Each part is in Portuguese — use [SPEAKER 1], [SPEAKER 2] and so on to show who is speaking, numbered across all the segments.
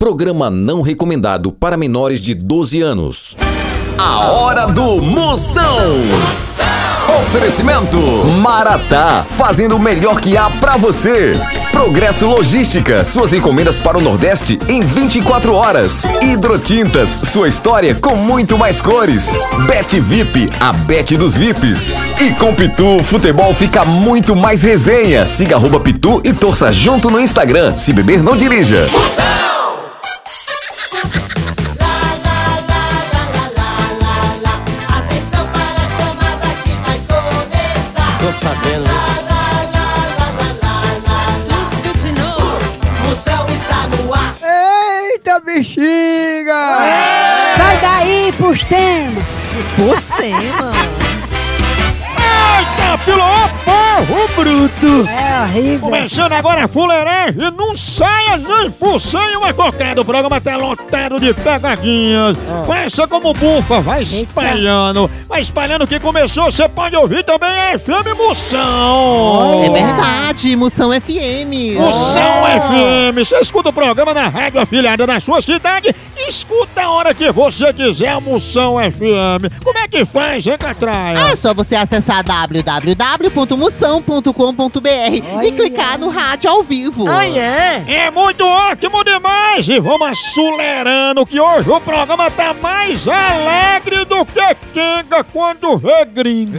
[SPEAKER 1] Programa não recomendado para menores de 12 anos. A hora do Moção. Oferecimento Maratá, fazendo o melhor que há pra você. Progresso Logística, suas encomendas para o Nordeste em 24 horas. Hidrotintas, sua história com muito mais cores. Bet VIP, a bet dos VIPs. E com Pitu, futebol fica muito mais resenha. Siga arroba Pitu e torça junto no Instagram. Se beber, não dirija.
[SPEAKER 2] Atenção para a chamada que vai começar.
[SPEAKER 3] Tô sabendo.
[SPEAKER 2] Tudo de novo. Moção está no ar.
[SPEAKER 4] Eita bexiga!
[SPEAKER 5] Sai daí pros temas.
[SPEAKER 3] Os temas.
[SPEAKER 6] Eita, filó, porro bruto!
[SPEAKER 5] É horrível.
[SPEAKER 6] Começando agora a fuleiragem, não saia nem por sem uma cocada. O programa tá lotado de pegadinhas.
[SPEAKER 3] Ah.
[SPEAKER 6] Pensa como bufa, vai espalhando. Vai espalhando o que começou, você pode ouvir também a FM Moção.
[SPEAKER 3] É verdade, Ah. Moção FM.
[SPEAKER 6] Moção FM, você escuta o programa na rádio afiliada da sua cidade e escuta a hora que você quiser a Moção FM. Como é que faz, hein, Catraia?
[SPEAKER 3] É só você acessar www.moção.com.br e clicar no rádio ao vivo.
[SPEAKER 6] É muito ótimo demais! E vamos acelerando que hoje o programa tá mais alegre do que Kenga quando vê gringo.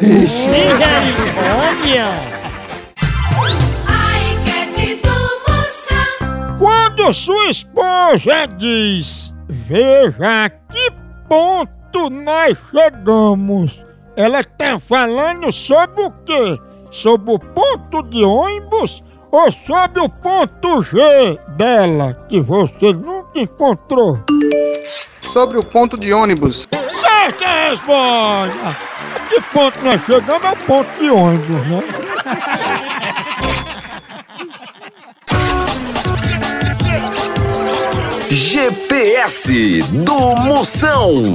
[SPEAKER 2] Ai, enquete do Moção.
[SPEAKER 6] Quando sua esposa diz, veja a que ponto nós chegamos. Ela tá falando sobre o quê? Sobre o ponto de ônibus ou sobre o ponto G dela, que você nunca encontrou?
[SPEAKER 7] sobre o ponto de ônibus.
[SPEAKER 6] Certa resposta! é, Ah, Que ponto nós chegamos é o ponto de ônibus, né?
[SPEAKER 1] GPS do Moção.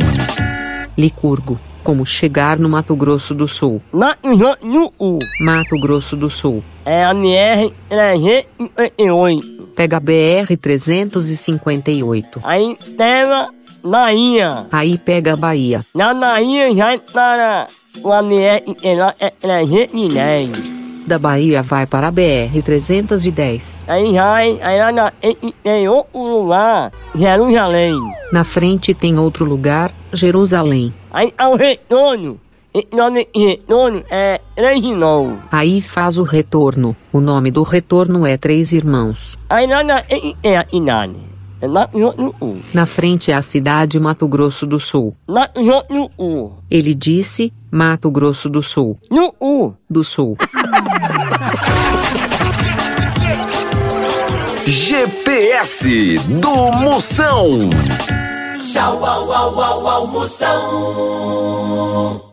[SPEAKER 8] Licurgo, como chegar no Mato Grosso do Sul.
[SPEAKER 9] Na Ijanhuú,
[SPEAKER 8] Mato Grosso do Sul.
[SPEAKER 9] é a MR-358.
[SPEAKER 8] Pega a BR-358.
[SPEAKER 9] Aí pega Nainha.
[SPEAKER 8] Aí pega a Bahia.
[SPEAKER 9] Na Nainha já para o MR-310.
[SPEAKER 8] Da Bahia vai para a BR-310.
[SPEAKER 9] Aí já, aí lá na, em- em outro lugar, Jerusalém.
[SPEAKER 8] Na frente tem outro lugar, Jerusalém.
[SPEAKER 9] Aí ao retorno, e nome de retorno é Reginaldo.
[SPEAKER 8] Aí faz o retorno. O nome do retorno é Três Irmãos.
[SPEAKER 9] Aí lá na Inane. É na Ijanhuú.
[SPEAKER 8] Na frente é a cidade Mato Grosso do Sul.
[SPEAKER 9] Na Ijanhuú.
[SPEAKER 8] Ele disse Mato Grosso do Sul.
[SPEAKER 9] No U.
[SPEAKER 8] Do Sul.
[SPEAKER 1] GPS do Moção.
[SPEAKER 2] Tchau, au, au, au, au, Moção.